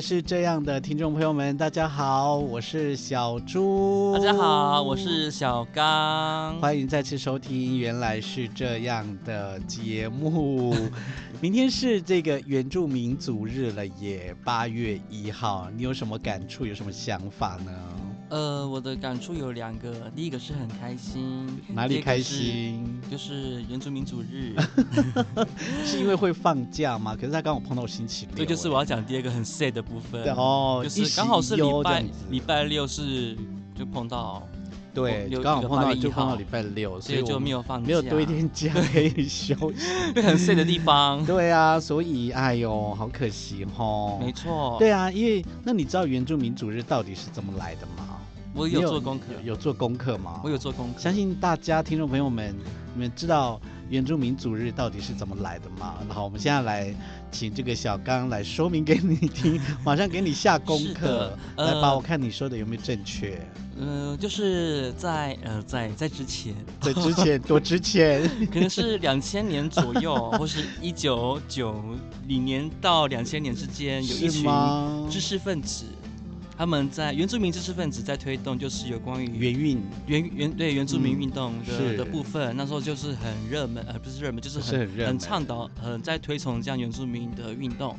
是这样的，听众朋友们，大家好，我是小猪。大家好，我是小刚。哦欢迎再次收听《原来是这样的》节 目。明天是这个原住民族日了耶，八月一号，你有什么感触，有什么想法呢？呃，我的感触有两个，第一个是很开心，哪第里二个开是？心？就是原住民 族日，是因为会放假吗？可是他刚好碰到星期六，这就是我要讲第二个很 sad 的部分对，欸哦，就一是喜刚好是一礼忧这拜样子礼拜六是就碰到，对，有刚好一个碰8到月就1碰到号礼拜六，所所以以我就们没有放假，没有多一天假可以休息。。就很 sad 的地 方 对啊，所以哎呦，好可惜吼。没错，对啊，因为那你知道原住民主日到底是怎么来的吗？我你有做功课，有有做功课吗？我有做功课，相信大家听众朋友们，你们知道原住民主日到底是怎么来的吗？好，我们现在来请这个小刚来说明给你 听，马上给你下功是课的，来吧，呃我看你说的有没有正确。嗯、就是在呃在在之前，在之 前多之前，可能是两千年左 右，或是一九九零年到两千年之间，有一是群吗？知识分子，他们在原住民知识分子在推动，就是有关于原运原原对原住民嗯运动的、是的部分，那时候就是很热门，呃，不是热门，就是不是很很热门很倡导，很在推崇这样原住民的运动，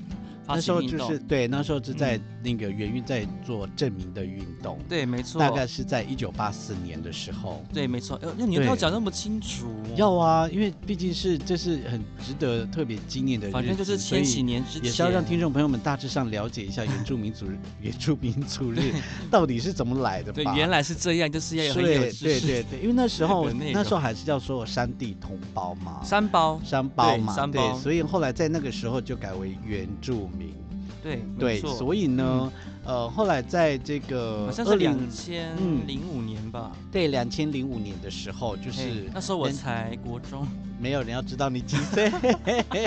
那发时起候运就动。嗯是对，那时候是在那个元运在做证明的运动，对，没错。大概是在一九八四年的时候。对，没错。呃，那你要对讲那么清楚，要啊，因为毕竟是这是很值得特别纪念的日子，反正就是所以千禧年之前，也是要让听众朋友们大致上了解一下原住民族日原住民族 日到底是怎么来的吧。对，原来是这样，就是要有很有对知识。对对对，因为那时候的内容那时候还是叫说山地同胞嘛，三包，山胞对嘛，山对，胞所以后来在那个时候就改为原住民。对，没对，错。所以呢，呃，后来在这个好像二是零两千零五年吧，对两千零五年的时候，就嘿是哎那时候我人才国中，没有人要知道你几 岁，比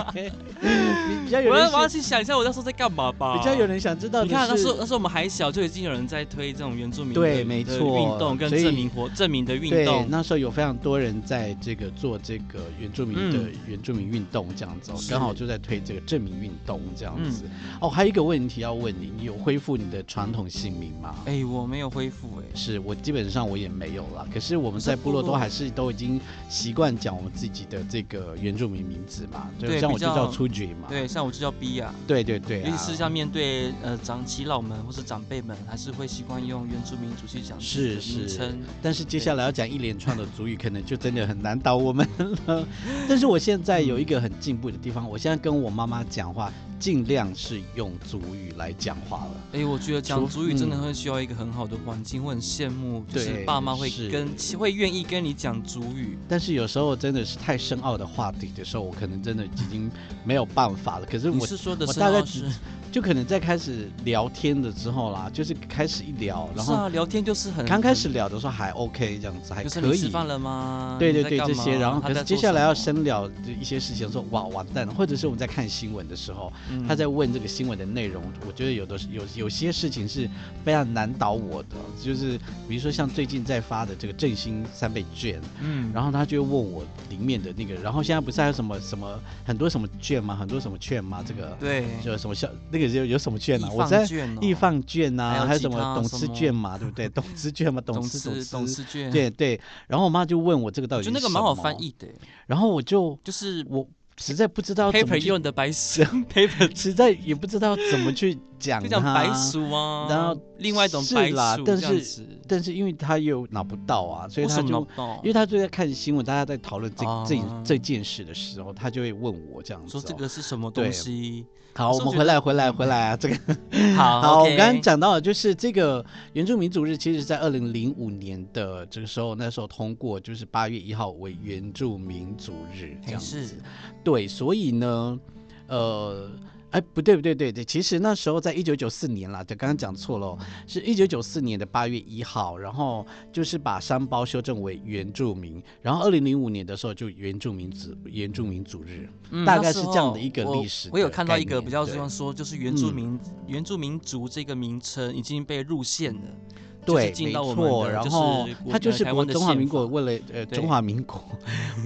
较哎有我人要我要想去想一下我那时候在干嘛吧。比较有人想知道你的看那时候那是，时候我们还小，就已经有人在推这种原住民的对没的错运动跟所以证明活证明的运对，动，那时候有非常多人在这个做这个原住民的嗯原住民运动这样子哦，是刚好就在推这个证明运动这样子。哦，还有一个问题要问你，你有恢复你的传统姓名吗？哎，我没有恢复哎，是我基本上我也没有啦，可是我们是在部落部都落还是都已经习惯讲我们自己的这个原住民名字嘛，就对像比我就叫较出局嘛，对，像我就叫 B 啊，对对对尤啊其，是像面对呃长耆老们或是长辈们，还是会习惯用原住民族去讲是自己的名是称，但是接对下来要讲一连串的 族语，可能就真的很难倒我们了。但是我现在有一个很进步的地方，我现在跟我妈妈讲话，尽量是用族语来讲话了。哎，我觉得讲除主语真的嗯会需要一个很好的环境，我很羡慕，就是对爸妈会是跟会愿意跟你讲主语。但是有时候真的是太深奥的话题的时候，我可能真的已经没有办法了。可是你我是说的我是大概老只师？就可能在开始聊天的之后啦，就是开始一聊， 然是后啊，聊天就是很刚开始聊的时候还 OK 这样子，还就是可你吃以。饭了吗？对你对在对，干这嘛些，然后可他是在接做下来要什么深聊的一些事情说哇完蛋了，或者是我们在看新闻的时候，嗯他在问这个新闻的内容，我觉得有的是有有些事情是非常难倒我的，就是比如说像最近在发的这个振兴三倍券，嗯，然后他就会问我里面的那个，然后现在不是还有什么什么很多什么券吗？很多什么券吗？这个对，有什么消那个有有什么券嗯易啊？我放在卷哦易放券还啊，有还有其什么他董什事么券嘛，对不 对？董事券嘛，董董事董事董事。事券，对对，然后我妈就问我这个到我底觉是得那个什蛮好么翻，译的，然后我就就是我实在不知道怎么 paper 去，啊用的白鼠 paper 实在也不知道怎么去讲 就讲它白鼠啊，然后另外一种是白啦鼠但这样是子，但是因为他又拿不到啊，所以为他什么拿就不到？因为他就在看新闻，大家在讨论这、这哦这件事的时候，他就会问我这样子、说哦。这个是什么对 东西？好，我是们我觉回来得回来回来啊！这个好，好，我 OK 刚刚，讲到的就是这个原住民族日，其实在二零零五年的这个时候，那时候通过就是八月一号为原住民族日这哎样是子。对，所以呢，呃，哎，不对不对对对，其实那时候在一九九四年啦，对，刚刚讲错了哦，是一九九四年的八月一号，然后就是把山胞修正为原住民，然后二零零五年的时候就原住民族原住民族日。嗯大那概时是这样候的一个我历史我有的看到概一个念比较对这样说，就是原住嗯民、原住民族这个名称已经被入宪了，就是对，进没到我们错，的然就是后国它就呃是台国湾的中华宪民国法为了呃对中华民 国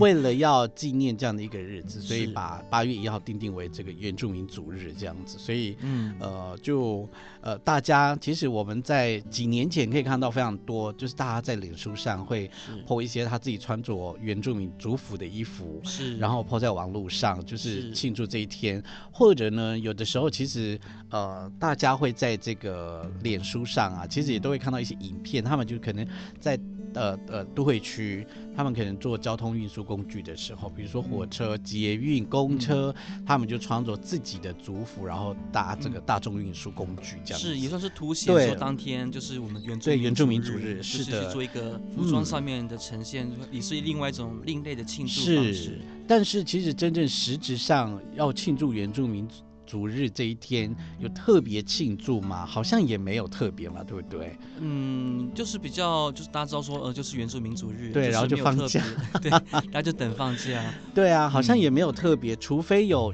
为了要纪念这样的一个日子，所以是把八月一号定定为这个原住民族日这样子，所以嗯，呃，就呃，大家其实我们在几年前可以看到非常多，就是大家在脸书上会是 po 一些他自己穿着原住民族服的衣服，是，然后 po 在网络上，就是是庆祝这一天。或者呢，有的时候其实呃，大家会在这个脸书上啊，其实也都会看到一些影片，他们就可能在呃呃都会区，他们可能坐交通运输工具的时候，比如说火车、捷运、公车，他们就穿着自己的族服，然后搭这个大众运输工具这样子。是也算是凸显对说当天就是我们原住对原住民族族日就是去的做一个服装嗯上面的呈现，也是另外一种另类的庆祝方是式。，但是其实真正实质上要庆祝原住民族日这一天，有特别庆祝吗？好像也没有特别嘛，对不对？嗯，就是比较就是大家知道说呃就是原住民族日，对是然后就没有放特假别 对，大家就等放假。对啊，好像嗯也没有特别，除非有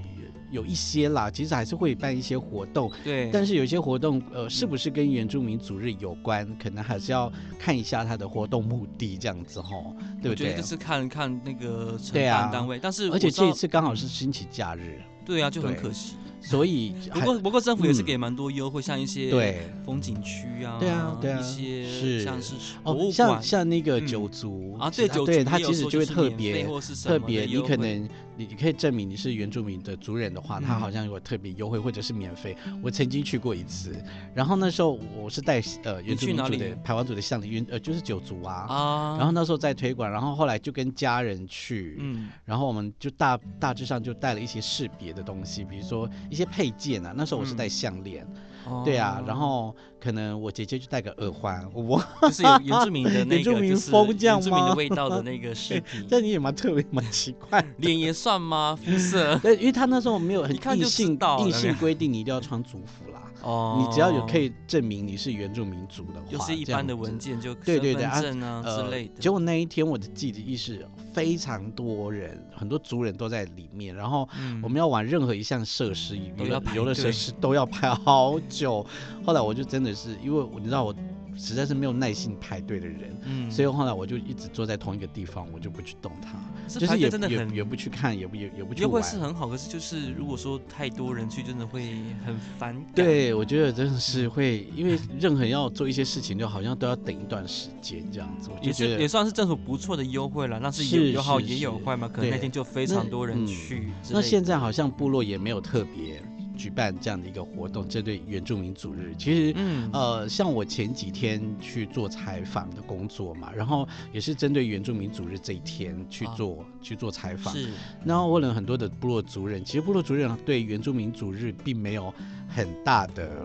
有一些啦，其实还是会办一些活动， 对，但是有些活动呃是不是跟原住民族日有关，可能还是要看一下它的活动目的这样子吼，对不我觉得对啊就？是看看那个承对啊办单位，但是而我且知这一道次刚好是星期假日，对啊就很对可惜。所以不还过不过政府也是嗯给蛮多优惠，像一些对。风景区啊，对啊对啊一些是像是博哦，物像馆像那个嗯九族啊，其对，他酒对精他也有其实说就会是特免费别或是什特么的别，你优可惠能你你可以证明你是原住民的族人的话，他嗯好像有特别优惠或者是免费。我曾经去过一次，然后那时候我是带呃原住去民哪族里的排湾族的乡里原呃就是九族啊，啊，然后那时候在推广，然后后来就跟家人去，嗯然后我们就大大致上就带了一些识别的东西，比如说一些配件啊，那时候我是嗯带项链，哦对啊，然后可能我姐姐就戴个耳环，我哦就是有原住民的那 原住个民就是风这样原住民吗的味道的 那个饰品，这你也蛮特别蛮奇怪。脸也算吗？肤色 对，因为他那时候没有很一看硬就知性道了硬那性个规定你一定要穿族服啦，哦，你只要有可，以证明你是原住民族的话，就是一这样般的子文件就对对对身啊份证啊之类的，结果那一天我的记忆是非常多人，很多族人都在里面，然后嗯我们要玩任何一项设施，都娱要乐排游乐设队施都要排好久。后来我就真的是因为我你知道我实在是没有耐心排队的人，嗯所以后来我就一直坐在同一个地方，我就不去动它，这就排是队也真的也很也不去看，也不也也不去约会玩。是很好，可是就是如果说太多人去，真的会很烦感。，对，我觉得真的是会，因为任何要做一些事情，就好像都要等一段时间这样子。我也就是觉也得算是政府不错的优惠了，但是是有有好是也有是坏嘛，可能那对天就非那常多人嗯去之类的。那现在好像部落也没有特别举办这样的一个活动，针对原住民族日。其实，嗯呃，像我前几天去做采访的工作嘛，然后也是针对原住民族日这一天去啊做、去做采访。是然后问了很多的部落族人，其实部落族人对原住民族日并没有很大的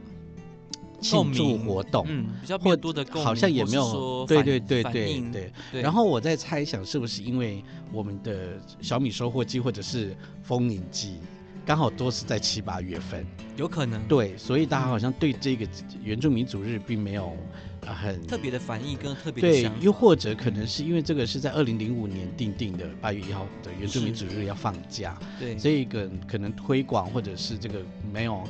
庆共祝鸣活动。嗯比较或变多的共鸣，好像也或没是有说，对反对对反对应对。对。然后我在猜想，是不是因为我们的小米收获季或者是丰年季，刚好都是在七八月份，有可能对，所以大家好像对这个原住民族日并没有、呃很特别的反应跟特别的对想，又或者可能是因为这个是在二零零五年定定的八月一号的原住民是族日要放假，对所以可可能推广或者是这个没有，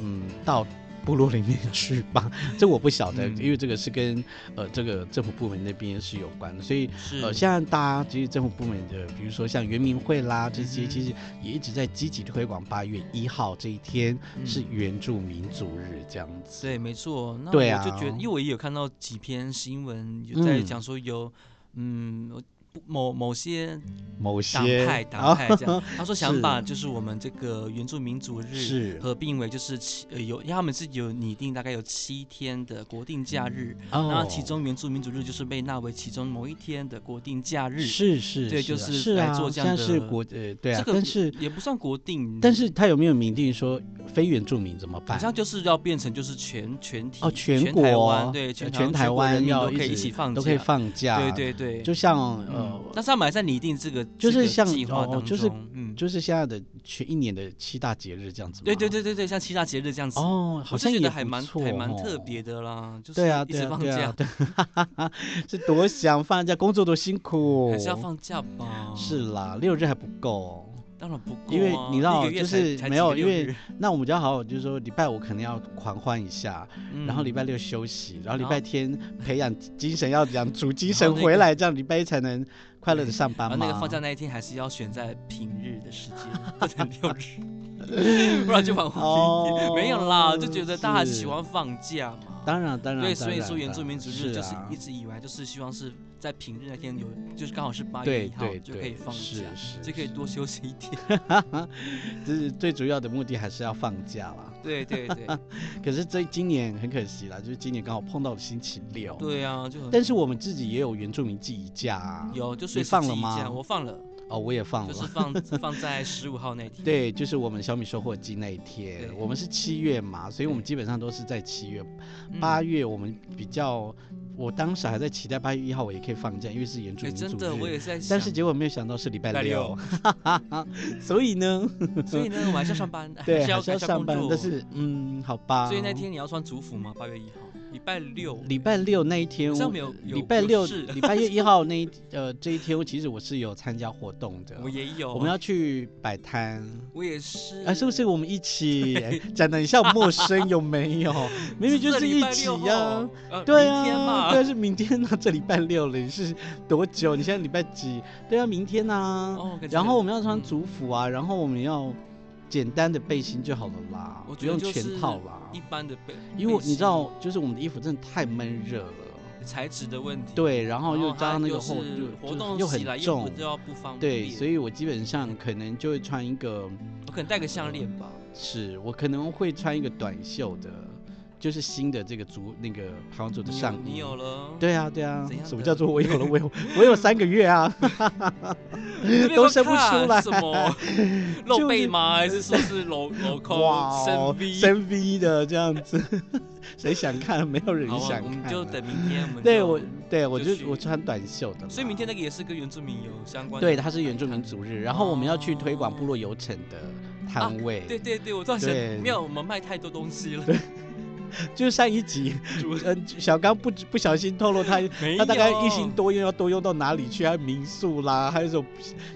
嗯，到部落里面去吧， 这我不晓得，嗯因为这个是跟呃这个政府部门那边是有关的，所以是呃现在大家其实政府部门的，比如说像原民会啦这些，嗯哼其实也一直在积极地推广八月一号这一天嗯是原住民族日这样子。对，没错。那我对就啊觉得，因为我也有看到几篇新闻，有在嗯讲说有，嗯，我不某某些某党些派党啊派这样， 他说想是把就是我们这个原住民族日是合并为就是七呃有，因为他们是有拟定大概有七天的国定假日，那哦，嗯其中原住民族日就是被纳为其中某一天的国定假日，是是对就是啊是是来啊，做这现样在是的国呃对啊，这个嗯但是也不算国定，但是他有没有明定说非原住民怎么好办？像就是要变成就是全全体哦，全国台湾对呃全全台台湾全国人湾民要都可以一直起放都可以假放假，对对对，就像嗯呃，但是他们还在拟定这个就是这个像计划哦当就是中，嗯，就是现在的全一年的七大节日这样子吗。对对对对对，像七大节日这样子，哦，好我是像觉也得还不蛮错还蛮哦特别的啦，就是对啊，一对直啊，放对假啊，， 对，是多想放假，工作多辛苦，还是要放假吧？是，啦，六日还不够，当然不够、啊，哦因为你知道一个月就是才才没有几个六因为日那我们就好好就是说礼拜五可能要狂欢一下，然后礼嗯拜六休息，然后礼然后拜天培养精神，要养足精嗯然后神那回个来，这样礼拜一才能快乐的上班然后嘛。那个放假那一天还是要选在平日的时间，不能六日，不然就晚回一天。没有啦，就觉得大家还是哦喜是欢放假嘛。当然当然，对，所当以然说原当住民然族日就是啊一直以来就是希望是在平日那天有，就是刚好是八月对一号对就可以对，放是假，是，就可以是多休息一天。就是最主要的目的还是要放假啦。 对对对可是这今年很可惜啦，就是今年刚好碰到了星期六。对啊，就很但是我们自己也有原住民记忆假啊。有就睡你放了吗我放了，哦，我也放就了。是放放在十五号那天。对，就是我们小米收获季那一天对，我们是七月嘛，所以我们对基本上都是在七月。嗯，八月我们比较，我当时还在期待八月一号我也可以放假，因为是原住哎民族真的我日。也是在想，但是结果没有想到是礼拜礼拜六， 所以呢，所以呢我还是要上班，对，还是要还是要还是要上工班，作但是嗯，好吧。所以那天你要穿族服吗？八月一号，礼拜六，礼拜六那一天好像我没有有礼拜有六、事礼拜月一号那一呃这一天，其实我是有参加活动的。我也有，嗯我们要去摆摊，我也是，哎、是不是我们一起？哎讲的你像陌生，有没有？明明就是一起呀、呀，呃对明天啊，嘛，对啊，是明天呢、这礼拜六了，你是多久？你现在礼拜几？对啊，明天呢、哦感觉然后我们要穿嗯族服啊，然后我们要简单的背心就好了啦，我不觉得用就全是套啦。一般的背，因为我背你知心道，就是我们的衣服真的太闷热了。材质的问题，对，然后又它加上那个又厚，是就活就动又起很来又重不，知道不方便，对，所以我基本上可能就会穿一个，我可能戴个项链吧，是我可能会穿一个短袖的，就是新的这个足那个台湾族的你有上你衣。有了，对啊，对啊怎，样什么的叫做我有了？我有，我有三个月啊，你没有都生不出看来什 么露就背是吗？还是说是 镂镂空哇深哦， V？深 V 的这样子， 谁想看？没有人好吧想，我看们啊。就等明天，我们对就我，对我就就去我穿短袖的啦。所以明天那个也是跟原住民有相关的。对，它是原住民族日，然后我们要去推广部落游程的摊位。哦啊对对对，我突然想对，没有，我们卖太多东西了。就是上一集， 主呃，小刚不不小心透露他没他大概有一心多用要多用到哪里去？还有民宿啦，还有什么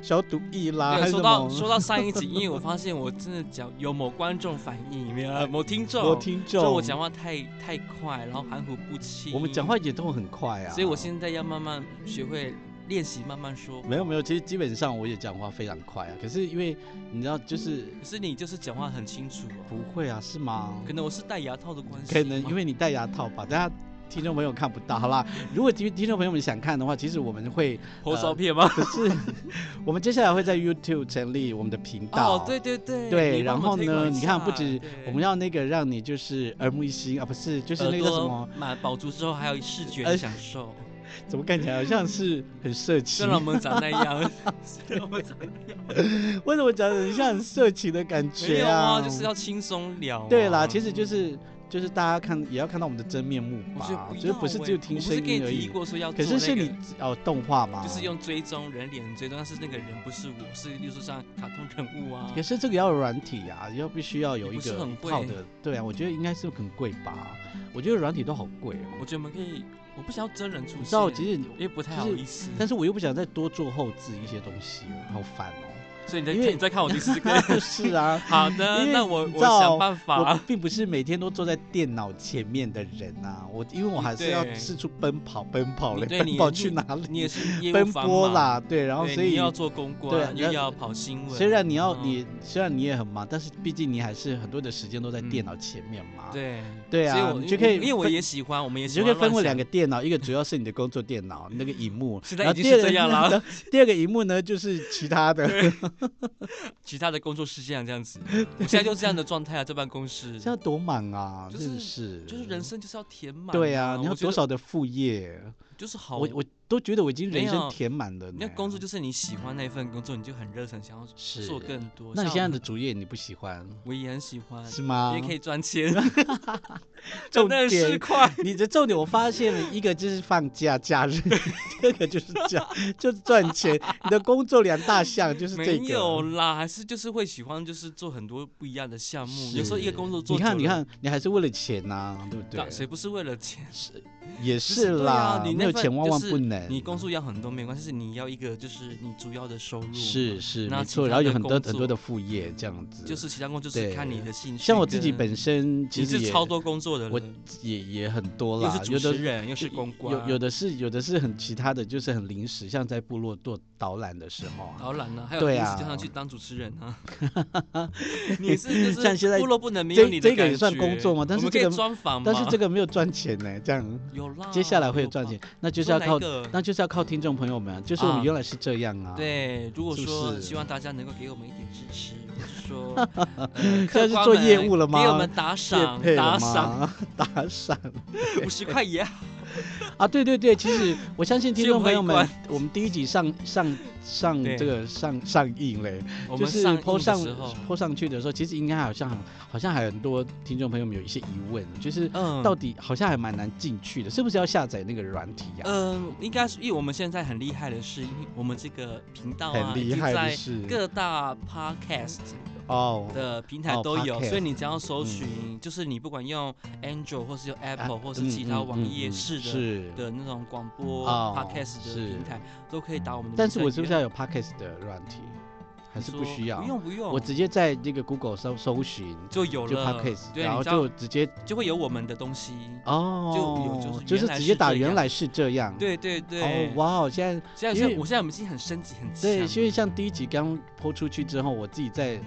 消毒液啦，啊还有对，什说到么？说到上一集，因为我发现我真的讲有某观众反映，没有某听众，哎我听众，就我讲话太太快，然后含糊不清。我们讲话，也都很快啊。所以我现在要慢慢学会练习，慢慢说。没有没有，其实基本上我也讲话非常快啊。可是因为你知道，就是可是你就是讲话很清楚哦，不会啊，是吗？可能我是戴牙套的关系嘛，可能因为你戴牙套吧，大家听众朋友看不到，好啦。如果听听众朋友们想看的话，其实我们会火烧片吗？可是我们接下来会在 YouTube 成立我们的频道。 哦，对对对，对你然帮我后推呢广一你看不下止对我们要那个让你就是耳目一新啊，不是，就是那个叫什么，满饱足之后还有视觉呃的享 受，怎么看起来好像是很色虽情然？我们长那样，虽然我们长 那样， 为什么讲得很像很色情的感没觉有啊？啊，就是要轻松聊啊。对啦，其实就是就是大家看也要看到我们的真面目我觉得吧，不就是要不是欸只有听我不声是跟音你而提已。过说要可做是是那你个。哦动画嘛，就是。用追踪人脸追踪，但是那个人不是我，是例如说像卡通人物啊可，是这个要有软体啊，要必须要有也一不是个很一套贵的，对啊，我觉得应该是很贵吧。我觉得软体都好贵哦。我觉得我们可以，我不想要真人出你现，知道，其实因为不太就好是意思。但是我又不想再多做后置一些东西了，嗯好烦 哦。所以你在因为你在看我第 四个，是啊，好的，因为那我你知我道想办我 法。并不是每天都坐在电脑前面的人啊，我因为我还是要对四处奔跑，奔跑你嘞，对你奔也跑是去哪 你也里？是业务奔繁波忙啦，对，然后对所你以又要做公对关，你要又要跑新闻。虽然你要嗯你虽然你也很忙，但是毕竟你还是很多的时间都在电嗯脑前面嘛。对对所以啊，我你就可以因为我分也喜欢，我们也你喜就欢可以分为乱两想个电脑，一个主要是你的工作电脑那个荧幕，现在然后已第经二 是个这样了 第二个荧幕呢就是其他 的。其他的工作是这样这样子，我现在就是这样的状态啊， 在办公室这，样多忙啊！就真的是是，就是人生就是要填满。对啊，啊，你要我觉多得少的副业？就是好，我我都觉得我已经人没生有填满了呢。你要工作就是你喜欢那份工作，你就很热忱，想要是做更多。那你像现在的主业你不喜欢我也很喜欢，是吗？也可以赚钱， 重真的点是快。你的重点我发现了一个就是放假假日，第二个就是假，就是赚钱。你的工作两大项就是没这个。有啦，还是就是会喜欢，就是做很多不一样的项目。有时候一个是工作做，你看，你，看，你还是为了钱呐、对不对？ 谁不是为了钱？也就是对啦，啊，你没那有钱万万就是不能。你工作要很多没关系，但是你要一个就是你主要的收入，，是是那没其错，他然后有的很多工很多作的副业这样子，就是其他工作就对是看你的兴趣。像我自己，本身其你实是也超多工作的人，我也也很多又啦是，有主的持人，又是公关，有有的是有的是很其他的，就是很临时，像在部落做导览的时候啊，导览呢，还有对临时啊经常去当主持人啊。 你是就像现在是部落不能没有这你的这个也感算觉工作吗但我是们这可以个专访但是嘛这个没有赚钱呢、这样有啦，接下来会哦有赚吧钱，，那就你是说要哪一靠个那就是要靠听众朋友们啊，就是我们啊原来是这样啊，，对，如果是不说是希望大家能够给我们一点支持，或 者说呃现在客是官做业们务了给我吗们打赏业，配打了 赏吗？打赏五十块也好。啊，对对对，其 实我相信听就众不朋会友们关，我们第一集上上上对这个上上映嘞，我就们是上映 Po 的上时候， Po 上去的时候，其实应该好像好像还有很多听众朋友们有一些疑问，就是嗯，到底好像还蛮难进去的，是不是要下载那个软体呀、嗯，应该是因为我们现在很厉害的是，因为我们这个频道啊，很已厉经害的在是各大 podcast 哦，的平台哦都有， podcast 嗯所以你只要搜寻，就是你不管用 Android 或是用啊 Apple、或嗯是其他网页式的、是的那种广播哦 podcast 的是平台，都可以打我们的名字。但是我是不是也要有 Podcast 的软体，还是不需要不？用不用，我直接在那个 Google 搜搜寻就有就了 Podcast，对，然你后知道就直接就会有我们的东西。哦，有就就是是原来直是接打这原样来是这样。对对对，哦，哇哦！现在现在因现在为我现在我们已经很升级很强对，了，因为像第一集刚播出去之后，我自己在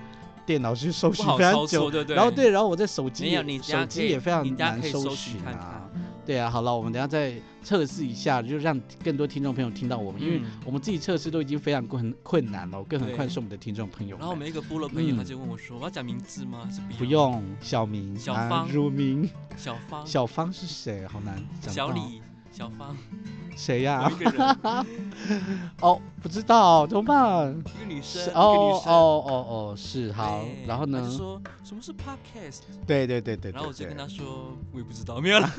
电脑去搜不寻好非操常作，久，对不对？然后对，然后我在手机没有你也家手可机以也非常你家难可以搜搜寻寻看啊看。对啊，好了，我们等一下再测试一下，就让更多听众朋友听到我们，因为嗯我们自己测试都已经非常困困难了，更何况对是我们的听众朋友们。然后我们一个部落朋友嗯他就问我说：“我要讲名字吗？”还是不不要用小明、小啊芳如明、小芳、小芳是谁？好难讲。小，李、小芳，谁呀、同一个人， 哦，不知道，怎么办？一个女生，一是个女哦生。哦哦哦，是好对。然后呢他？就说什么是 podcast，对对对对。然后我就对跟他说我也不知道，没有啦，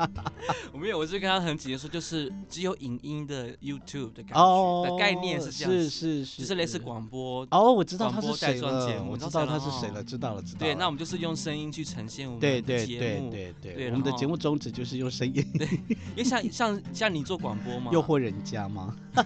我没有，我就跟他很直接说，就是只有影音的 YouTube 的感哦觉的概念是这样是子，是是，就是类似广播。哦，我知道广他是播带谁状节了，目我你知知道道他谁是了谁哦了，知道了，知道了。对，那我们就是用声音去呈现我们对的对节对目，对对对，然我们的节目后宗旨就是用 声音因为像像像你做广播嘛，诱惑人家吗？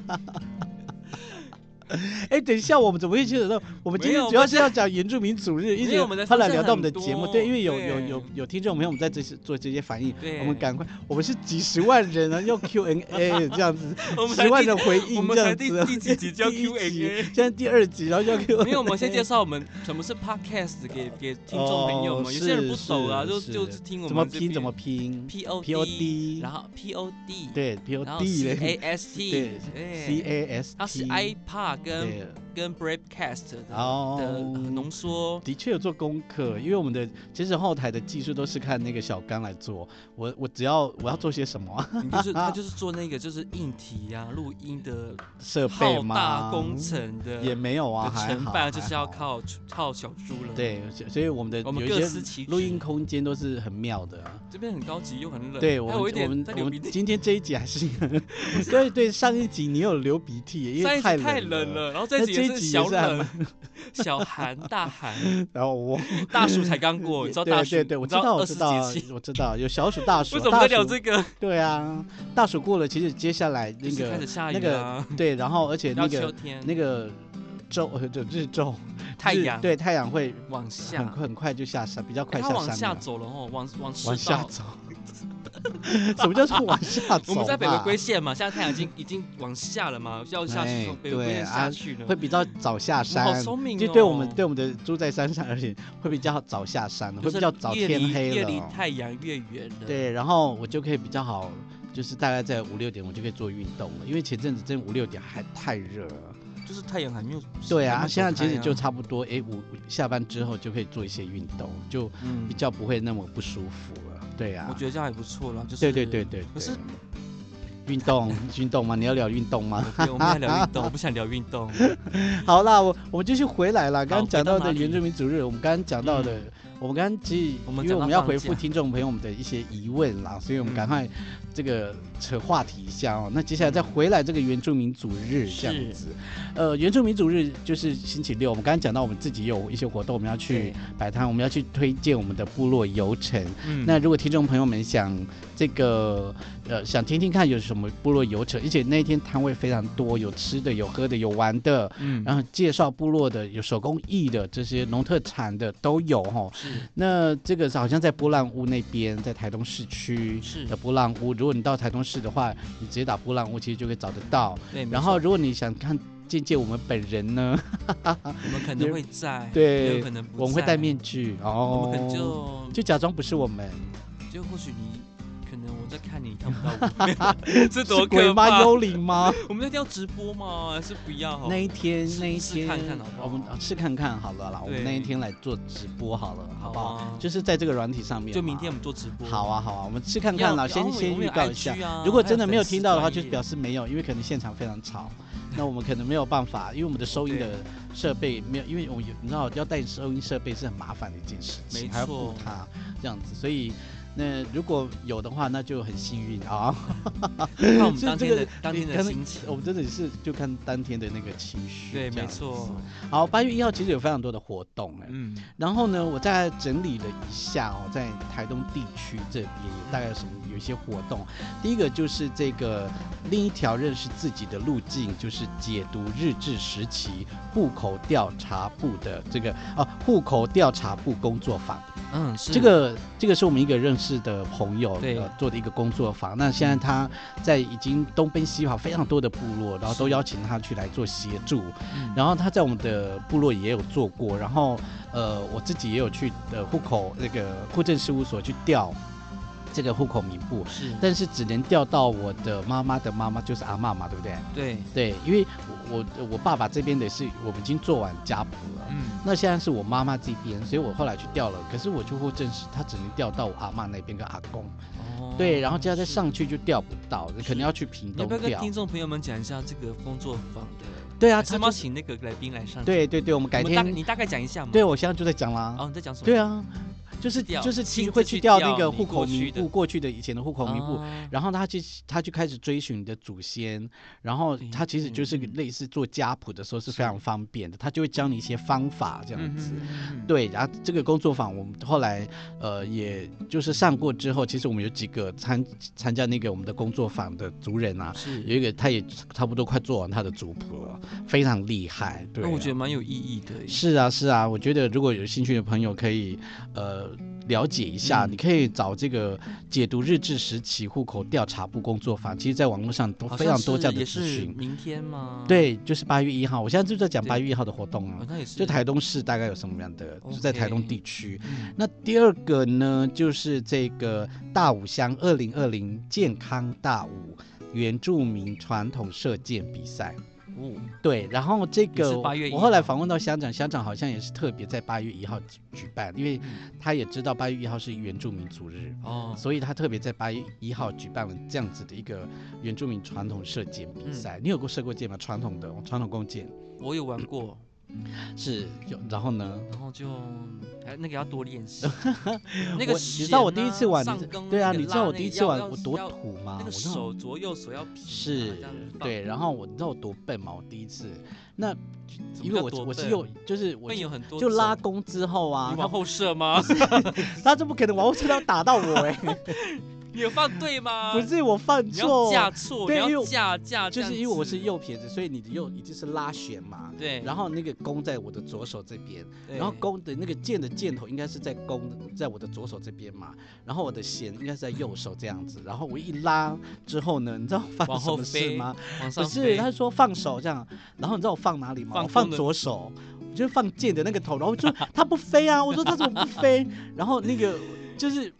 哎，等一下，我们怎么会牵扯到？我们今没天有主要我们是要讲原住民主日，一因直为我们的后来方向聊到我们的很节目，多对，因为有有对有有听众朋友我们在这些做这些反应，对我们赶快，我们是几十万人啊，要 Q&A 这样子， 我们才十万第人回应我们这才样第子，第几集就要第一集 Q&A 现在第二集，然后就要 Q，没有，我们先介绍我们什么是 podcast 给给听众朋友哦们，有些人不是懂啊，是就是就是听我怎么们这拼边怎么拼 P O P O D，然后 P O D，对 P O 然后 D C 嘞 A S T，对，C 对， A S，它是 iPad 跟对，跟 Broadcast 的的哦。浓缩，的确有做功课，因为我们的其实后台的技术都是看那个小刚来做。我我只要我要做些什么 啊你就是它就是做那个就是硬体呀、录音的设备浩吗？大工程的也没有啊，的还成好败就是要还好靠靠小猪了。，对，所所以我们的我们有一各些司其职录音空间都是很妙的啊、这边很高级又很冷，对我还们有哎我有一我点们在我流鼻们涕。今天这一集还是对对上一集你有流鼻涕，因上为一集冷太了，冷了，然后这一集那也这一是集也小是还冷，小寒大寒， 然后我大暑才刚过，你知道大对暑？对对，我你知道，我二知十道节啊气。，我知道有小暑、 大暑，为什么大在聊暑这个？对啊，大暑过了，其实接下来那就是开始个下那雨个啦，对，然后而且那到秋个天，那个昼呃就日昼太日阳对太阳会往很下，快很快就下山，比较哎快它下往山下了，走了哦，往往赤往下道。走。 什么叫做往下走？ 我们在北回归。线嘛，现在太阳已经已经往下了嘛，要下哎去从北回归对线啊下去了。会比较早下我好山，聪明哦！就对我们对我们的住在山上而言，会比较早下山，就会是比较早越天离黑越离了。太阳越远了。，对，然后我就可以比较好，就是大概在五六点我就可以做运动了，因为前阵子真的五六点还太热了。就是太阳还没有。对还没啊，有现在走开其实啊就差不多，哎，我下班之后就可以做一些运动，就嗯比，较不会那么不舒服了。对啊我，觉得这样还不错啦。就是对对对对可是对。运动，运动吗？你要聊运动吗？对，我们要聊运动，我不想聊运动。 好啦，我我们继续回来了。刚刚好讲回到到的哪里嗯原住民主日，我们刚刚讲到的，我们刚刚其实我们因为讲我到们要放回复假听众朋友们的一些疑问啦，所以我们赶嗯快这个扯话题一下哦。那接下来再回来这个原住民主日这样是子，呃，原住民主日就是星期六，我们刚刚讲到我们自己有一些活动，我们要去对摆摊，我们要去推荐我们的部落游程。嗯那如果听众朋友们想这个呃想听听看有什么部落游程，而且那一天摊位非常多，有吃的，有喝的，有玩的，嗯然后介绍部落的有手工艺的这些农特产的都有哦。是那这个是好像在波浪屋那边，在台东市区是的波浪屋。如果你到台东市的话，你直接打波浪屋，其实就可以找得到。对，没然后错如果你想看见见我们本人呢，我们可能会在，也对有可，能不我们会戴在面，具我们可哦能，就就假装不是我们，就或许你可能我在看你看不 到我，这多是鬼可怕吗？！幽灵吗？我们那天要直播吗？还是不要好了？那一天哦试那一试天，看看好不好我们啊试看看好了啦，我们对那一天来做直播好了，好不好？啊就是在这个软体上面嘛，就明天我们做直播。好啊，好啊，我们试看嗯要，看啦，然后先我先们预有告一下 IG。啊如果还真的没有粉丝听到的话，专就页表示没有，因为可能现场非常 吵，那我们可能没有办法，因为我们的收音的设备没有，因为我们有你知道要带收音设备是很麻烦的一件事情，没还要付错它这样子，所以那如果有的话，那就很幸运 啊。看我们所以当这天个的当你天的看那心情。我们真的是就看当天的那个情绪。对，这没样子错。。好，八月一号其实有非常多的活动哎、嗯，然后呢，我再整理了一下哦，在台东地区这边有大概有什么有一些活动。第一个就是这个另一条认识自己的路径，就是解读日治时期户口调查部的这个哦、户口调查部工作坊。嗯，是这个这个是我们一个认识的朋友对呃做的一个工作坊。那现在他在已经东奔西跑非常多的部落，然后都是邀请他去来做协助。嗯然后他在我们的部落也有做过，然后呃，我自己也有去呃户口那个户政事务所去调这个户口名簿，是，但是只能调到我的妈妈的妈妈，就是阿嬷嘛，对不对？对，对，因为我我我爸爸这边的是我们已经做完家谱了。嗯，那现在是我妈妈这边，所以我后来去调了，可是我去户政室，他只能调到我阿嬷那边跟阿公，哦对，然后接着再是上去就调不到，可是能要去屏你要东不要跟调。听众朋友们讲一下这个工作坊的？对啊，还是他我们要就是请那个来宾来上？，对对对，我们改我们大天你大概讲一下嘛。对，我现在就在讲啦。哦，你在讲什么？对，啊，就是调就是亲去自会去去调调那个你户口过去名的簿，过去的以前的户口名簿。啊然后他去，他就开始追寻你的祖先，然后对他其实就是嗯嗯类似做家谱的时候是非是常方便的，他就会教你一些方法这样子。嗯嗯嗯对，然后这个工作坊我们后来呃，也就是上过之后，其实我们有几个参参加那个我们的工作坊的族人啊，有是。一个他也差不多快做完他的族谱了，非常厉害。对、那啊，我觉得蛮有意义的耶。是啊，是啊，我觉得如果有兴趣的朋友可以，呃，了解一下，嗯你可以找这个解读日治时期户口调查部工作坊，其实在网络上都好非像常多是这样的也资是讯。明天吗？，对，就是八月一号，我现在就在讲对八月一号的活动啊好，像也是。就台东市大概有什么样的，就在台东 OK 地区。嗯，那第二个呢，就是这个大武乡二零二零健康大武原住民传统射箭比赛。哦，对，然后这也个是8月1我后来号访问到乡长，乡长好像也是特别在八月一号举举办，因为嗯他也知道八月一号是原住民族日，哦，所以他特别在八月一号举办了这样子的一个原住民传统射箭比嗯赛。你有过射过箭吗？传统的传统弓箭我有玩过，是有，然后呢？然后就还那个要多 练习。我那个你知道我第一次玩，弦啊你知上弓对啊，那个你知道拉我那第一个次要玩要我多要土吗？我那个那种手左右手要平啊，是这样子，放对，然后我你知道我多笨吗？我第一次，那什么因为叫我多我是笨右，就是我笨有很多就拉种弓之后啊你，他往后射吗？ 他这不可能往我身上打到我哎、 你有放对吗？不，是我犯你错要，架错，对你因为要我架架，就是因为我是右，右撇子，所以你的右一定是拉弦嘛。对，然后后那个弓在我的左手这边，然后弓的那个箭的箭头应该是在弓的，在我的左手这边嘛。然后我的弦应该是在右手这样子。然后我一拉之后呢，你知道发生往什后么事飞吗？往不上是，飞，他说放手这样。然后你知道我放哪里吗？放我放弓的左手，我就放箭的那个头。然后我 就它不飞啊，我说它怎么不飞？然后那个就是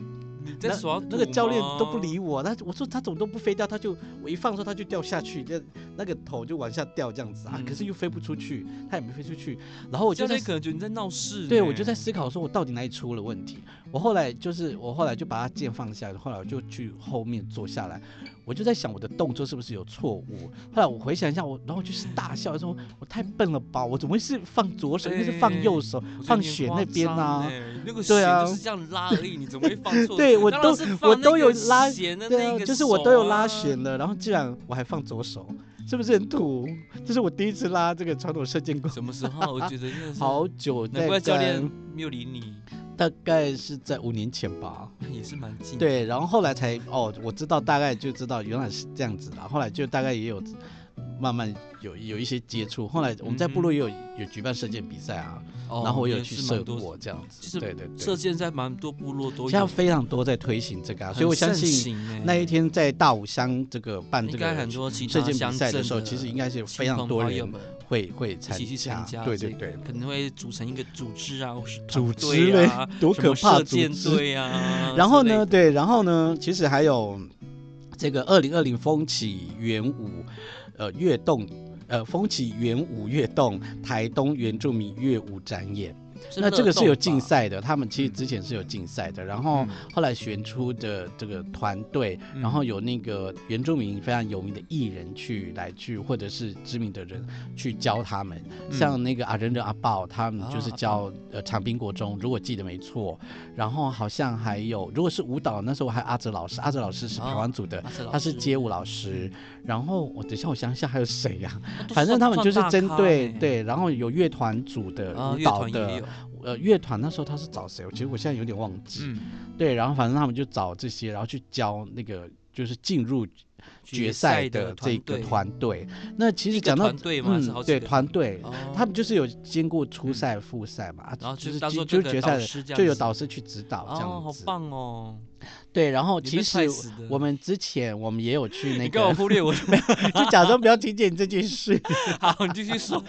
你在手上那个赌教练都不吗，理我，他我说他怎么都不飞掉，他就我一放松他就掉下去，这那个头就往下掉这样子啊，嗯可是又飞不出去，它也没飞出去。然后我就教在练可能觉得你在闹事呢，对，我就在思考说，我到底哪里出了问题？我后来就是，我后来就把它剑放下，后来我就去后面坐下来，我就在想我的动作是不是有错误？后来我回想一下，我然后就是大笑说，我太笨了吧？我怎么会是放左手，应该是放右手，我觉得放你很血夸那边张啊？欸那个弦对啊就是这样拉而已，你怎么会放 错？对我当都然是我放那都个有拉弦的对那啊，个就是我手都有拉啊弦了，然后居然我还放左手，是不是很土？这是我第一次拉这个传统射箭弓， 什么时候？我觉得真的是，好久难在怪教练跟没有理你，大概是在五年前吧。也是蛮近。，对，然后后来才哦，我知道大概就知道原来是这样子啦。后来就大概也有慢慢有有一些接触。后来我们在部落也有、有举办射箭比赛啊，嗯哦、然后我有也去是射蛮多过这样子。其实对对射对，箭在蛮多部落都有，现在非常多在推行这个、啊，所以我相信那一天在大武乡这个办欸应这该很个多其射他箭乡比赛镇的时候，其实应该是有亲非常朋多好友人们会会参一起去参加对这对对，可能会组成一个组织啊，或是团组织队嘞啊，多什可么怕射组箭织队啊，然后之类呢，的，对，然后呢，其实还有这个二零二零风起元舞，呃，跃动。呃，风起元舞跃动台东原住民乐舞展演，那这个是有竞赛的，他们其实之前是有竞赛的，然后嗯后来选出的这个团队，嗯然后有那个原住民非常有名的艺人去来去，或者是知名的人去教他们，嗯像那个阿仁的阿豹，他们就是啊教、呃长滨国中，如果记得没错，然后好像还有如果是舞蹈，那时候还有阿哲老师，阿哲老师是哦台湾组的。吧，他是街接，舞老师，然后我等一下我想想还有谁呀、啊都反正算他们算就是大针咖对呢对，然后有乐团组的、啊，舞乐蹈团的也，有，呃，乐团那时候他是找谁？我其实我现在有点忘记。嗯，对，然后反正他们就找这些，然后去教那个就是进入决赛的这个队，团队。那其实一个讲到嗯团队吗是好几对个团队，哦他们就是有经过初赛、复赛嘛，啊然后就就是当就做就是各个决导赛的师这样就有子导师去指导这哦，样好子。棒哦！对，然后你其被实踹死的我们之前我们也有去那 你刚好个，忽 略我，就假装不要听见这件事。 好，你继续说。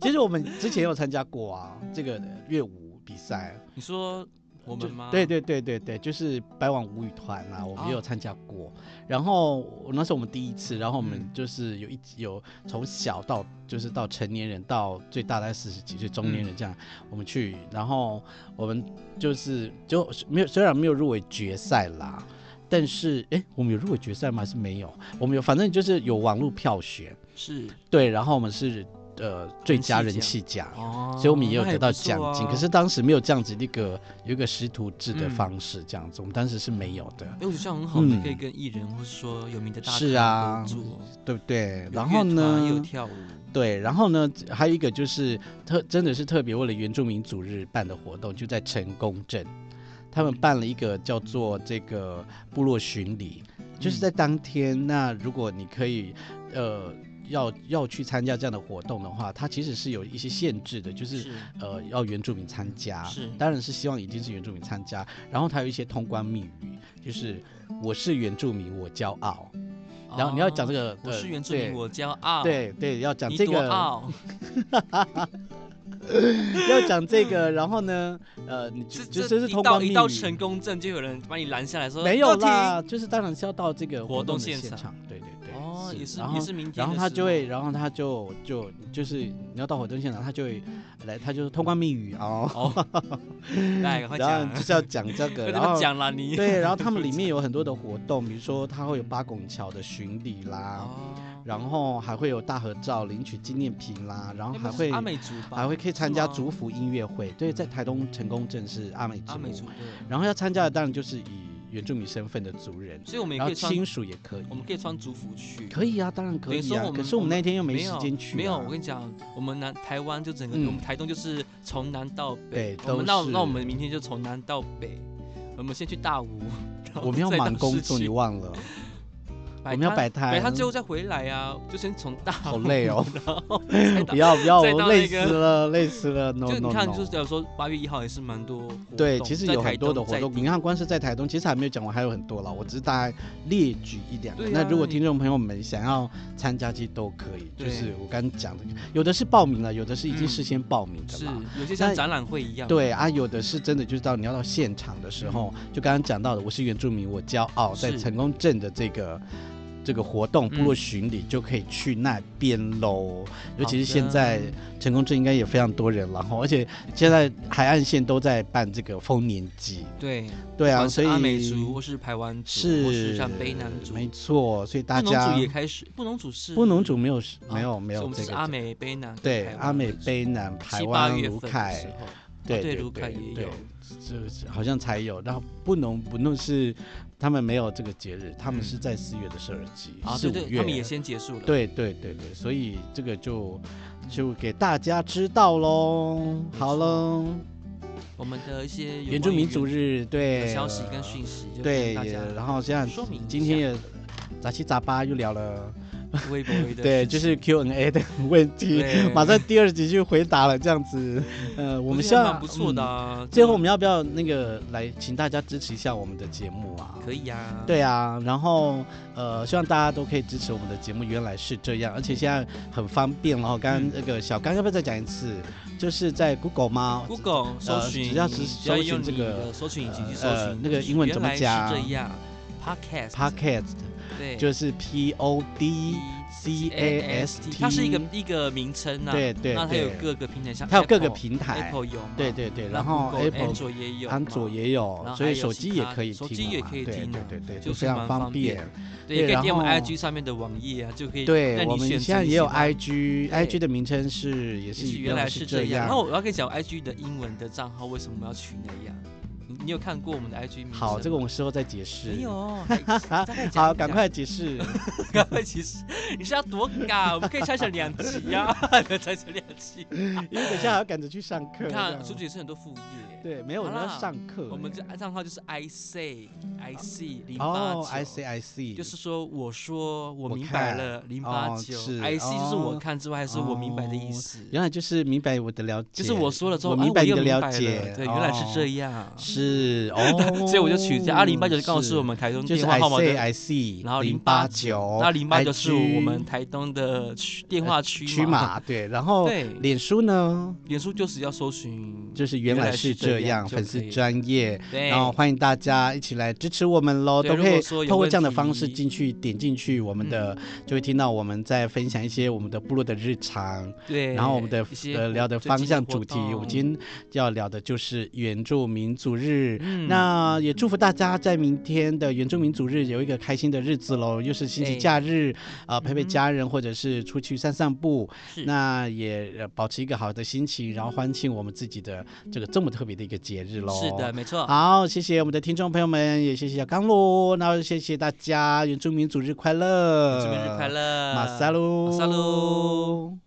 其实我们之前有参加过啊，这个乐舞比赛。你说我们吗？哦对，对对对对，就是白网舞语团啊，我们也有参加过。然后我那时候我们第一次，然后我们嗯就是有一有从小到就是到成年人到最大概四十几岁中年人这样，嗯我们去，然后我们就是就没有虽然没有入围决赛啦。但是，哎，我们有入围决赛吗？还是没有？我们有，反正就是有网络票选，是对，然后我们是呃最人气佳人奖气奖，哦，所以我们也有那得到不错奖金，啊可是当时没有这样子的一个有一个师徒制的嗯方式，这样子、我们当时是没有的，哎，我觉得这样很好，你嗯可以跟艺人或是说有名的大是咖啊合作，对不对有？然乐后团也有呢，跳舞，对，然后呢，还有一个就是特真的是特别为了原住民主日办的活动，就在成功镇，他嗯们办了一个叫做这个部落巡礼，就是嗯在当天，那如果你可以，呃。要要去参加这样的活动的话，它其实是有一些限制的，就是是呃要原住民参加，嗯是当然是希望一定是原住民参加，然后他有一些通关密语，就是嗯我是原住民，我骄傲，然后你要讲这个，个，哦我呃是原住民，我骄傲，，对对对，要讲你这多个，傲， 要讲这个， 然后呢，呃，你就这就这是一通到关一密到成语，功证就有人把你拦下来说没有啦，啦，就是当然是要到这个活动的现现场场，对对对，哦，也是然后也是明天的事吗，然后他就会， 然后他就就就是你要到活动现场，他就会来，他就是通关密语哦，哦，来赶快然讲后，就是要讲这个， 快然这后么讲啦你，对，然后他们里 面有很多的活动，比如说它会有八拱桥的巡礼啦，哦，然后还会有大合照领取纪念品啦，然后哎那还不是会阿美族吧，还会可以参加是吗族服音乐会。对，在台东成功镇是阿美族，阿美族的，然后要参加的当然就是以原住民身份的族人，所以我们也然可后以穿，亲属也可以我，们可以穿族服去。可以啊，当然可等以于说啊我。可们是我们我那们天又没没时有间去啊，没有，我跟你讲，我们南台湾就整个，嗯我们台东就是从南到北对。我们都那是那我们明天就从南到北，我们先去大武，然后我们要再到忙工市作，你区忘了，我摆们要摊摆摆摊摊，之后再回来啊，就先从大哎好武累哦，然后再到不要不要，再我到累那死个了，累死了，no 就 no no。你看，就是假如说八月一号也是蛮多活动，对，其实在有台很多的东活在动，地你看光是在台东，其实还没有讲完，还有很多了，我只是大概列举一两个。对那啊如果你听众朋友们想要参加，其实都可以，就对是我刚刚讲的，有的是报名了，有的是已经嗯事先报名的是啦。有些那像展览会一样，对啊，有的是真的，就是到你要到现场的时候，就刚刚讲到的，我是原住民，我骄傲，在是嗯成功镇的这个这个活动，部落巡礼就可以去那边喽。尤其是现在成功镇应该也非常多人了哈，而且现在海岸线都在办这个丰年祭。对对啊，不管哦是所以阿美族或是排湾族，是或是像卑南族，没错，所以大布农家族也开始，布农族是布农族没有没啊有没是有我们这是个阿美卑南跟对台湾阿美的时候卑南台七八湾月卢份的凯时。候啊对对对卢凯对也对有就是好像才有，然后不农不农是他们没有这个节日，他们嗯是在四月的时候祭，啊，四对五对，月，他们也先结束了。对对对对，所以这个就就给大家知道喽。好喽，我们的一些有原住关于民族日的对呃消息跟讯息，就对，跟大也家然后这样说明一今天也杂七杂八又聊了，下微博的对，事就情是 Q&A 的问题，对马上第二集就回答了这样子。呃，我我们觉得下蛮不错的、啊这最后我们要不要那个来，请大家支持一下我们的节目啊？可以啊，对啊，然后呃，希望大家都可以支持我们的节目。原来是这样，而且现在很方便了哦。刚刚嗯那个小刚要不要再讲一次？就是在 Google 吗？ ，Google 搜寻，呃只要是只要搜寻用这你个的搜寻引擎去搜呃寻那个英文怎么讲原来是这样，Podcast Podcast 对，就是 P O D C A S T，它是一个一个名称啊，对对那它有对，各个平台，像它有各个 Apple- 平台， Apple 有嘛，对对对，那然后 Google Apple Android 也有嘛，安卓也有然，后所以还有手其机也他可以听手了嘛，机也可以对听对啊对对，就是非常蛮方方便便。对，也可对以点我们然后 IG 上面的网页啊，就可以对让我你们选择现在你也喜有欢 IG，IG 对的名称是也是也一是原样来是是这这样。样那。我要跟你讲，IG 的英文的账号为什么我们要取那样？你你有看过我们的 IG 名称吗？好，这个我们事后再解释。没有。哎还大概讲一讲好，赶快解释。 赶快！其实你是要多赶，我们可以拆成两集呀， 拆成两 集。因为等一下还要赶着去上课。你这看，样数据也是很多副业。对，没有好人要啦上课欸。我们这账号就是 I say I see 零八哦九，I C I C，就是说，我说我我明白看了，零八哦九是，I C 就是我哦看之外，还是我明白的意哦思。原来就是明白我的了解，就是我说了之后，我啊明白你又的了明白解对，原来是哦这样， 是哦，所以我就取消二零八九，就告诉我们们台中就是电话 I 号码 C 的， I C，然后零零八八九，那零八九是 IG 我们台东的区电话区哦区嘛。码对，然后对脸书呢，脸书就是要搜寻，就是原来是这样，就粉可丝以了专业，对，然后欢迎大家一起来支持我们喽，对都如可以果说有通过问这样的方式题嗯进去点进去我们的，就会听到我们在分享一些我们的部落的日常，对，然后我们的一些呃活聊的最方近向活主题，我们动今天要聊的就是原住民族日。嗯那也祝福大家在明天的原住民族日有一个开心的日子喽，又是星期哎假日，啊、陪陪嗯哼家人或者是出去散散步， 是那也呃保持一个好的心情，然后欢庆我们自己的这个这么特别的一个节日喽。是的，没错，好，谢谢我们的听众朋友们，也谢谢小刚喽，那谢谢大家，原住民主日快乐，呃祝明日快，乐，马萨喽，马萨喽。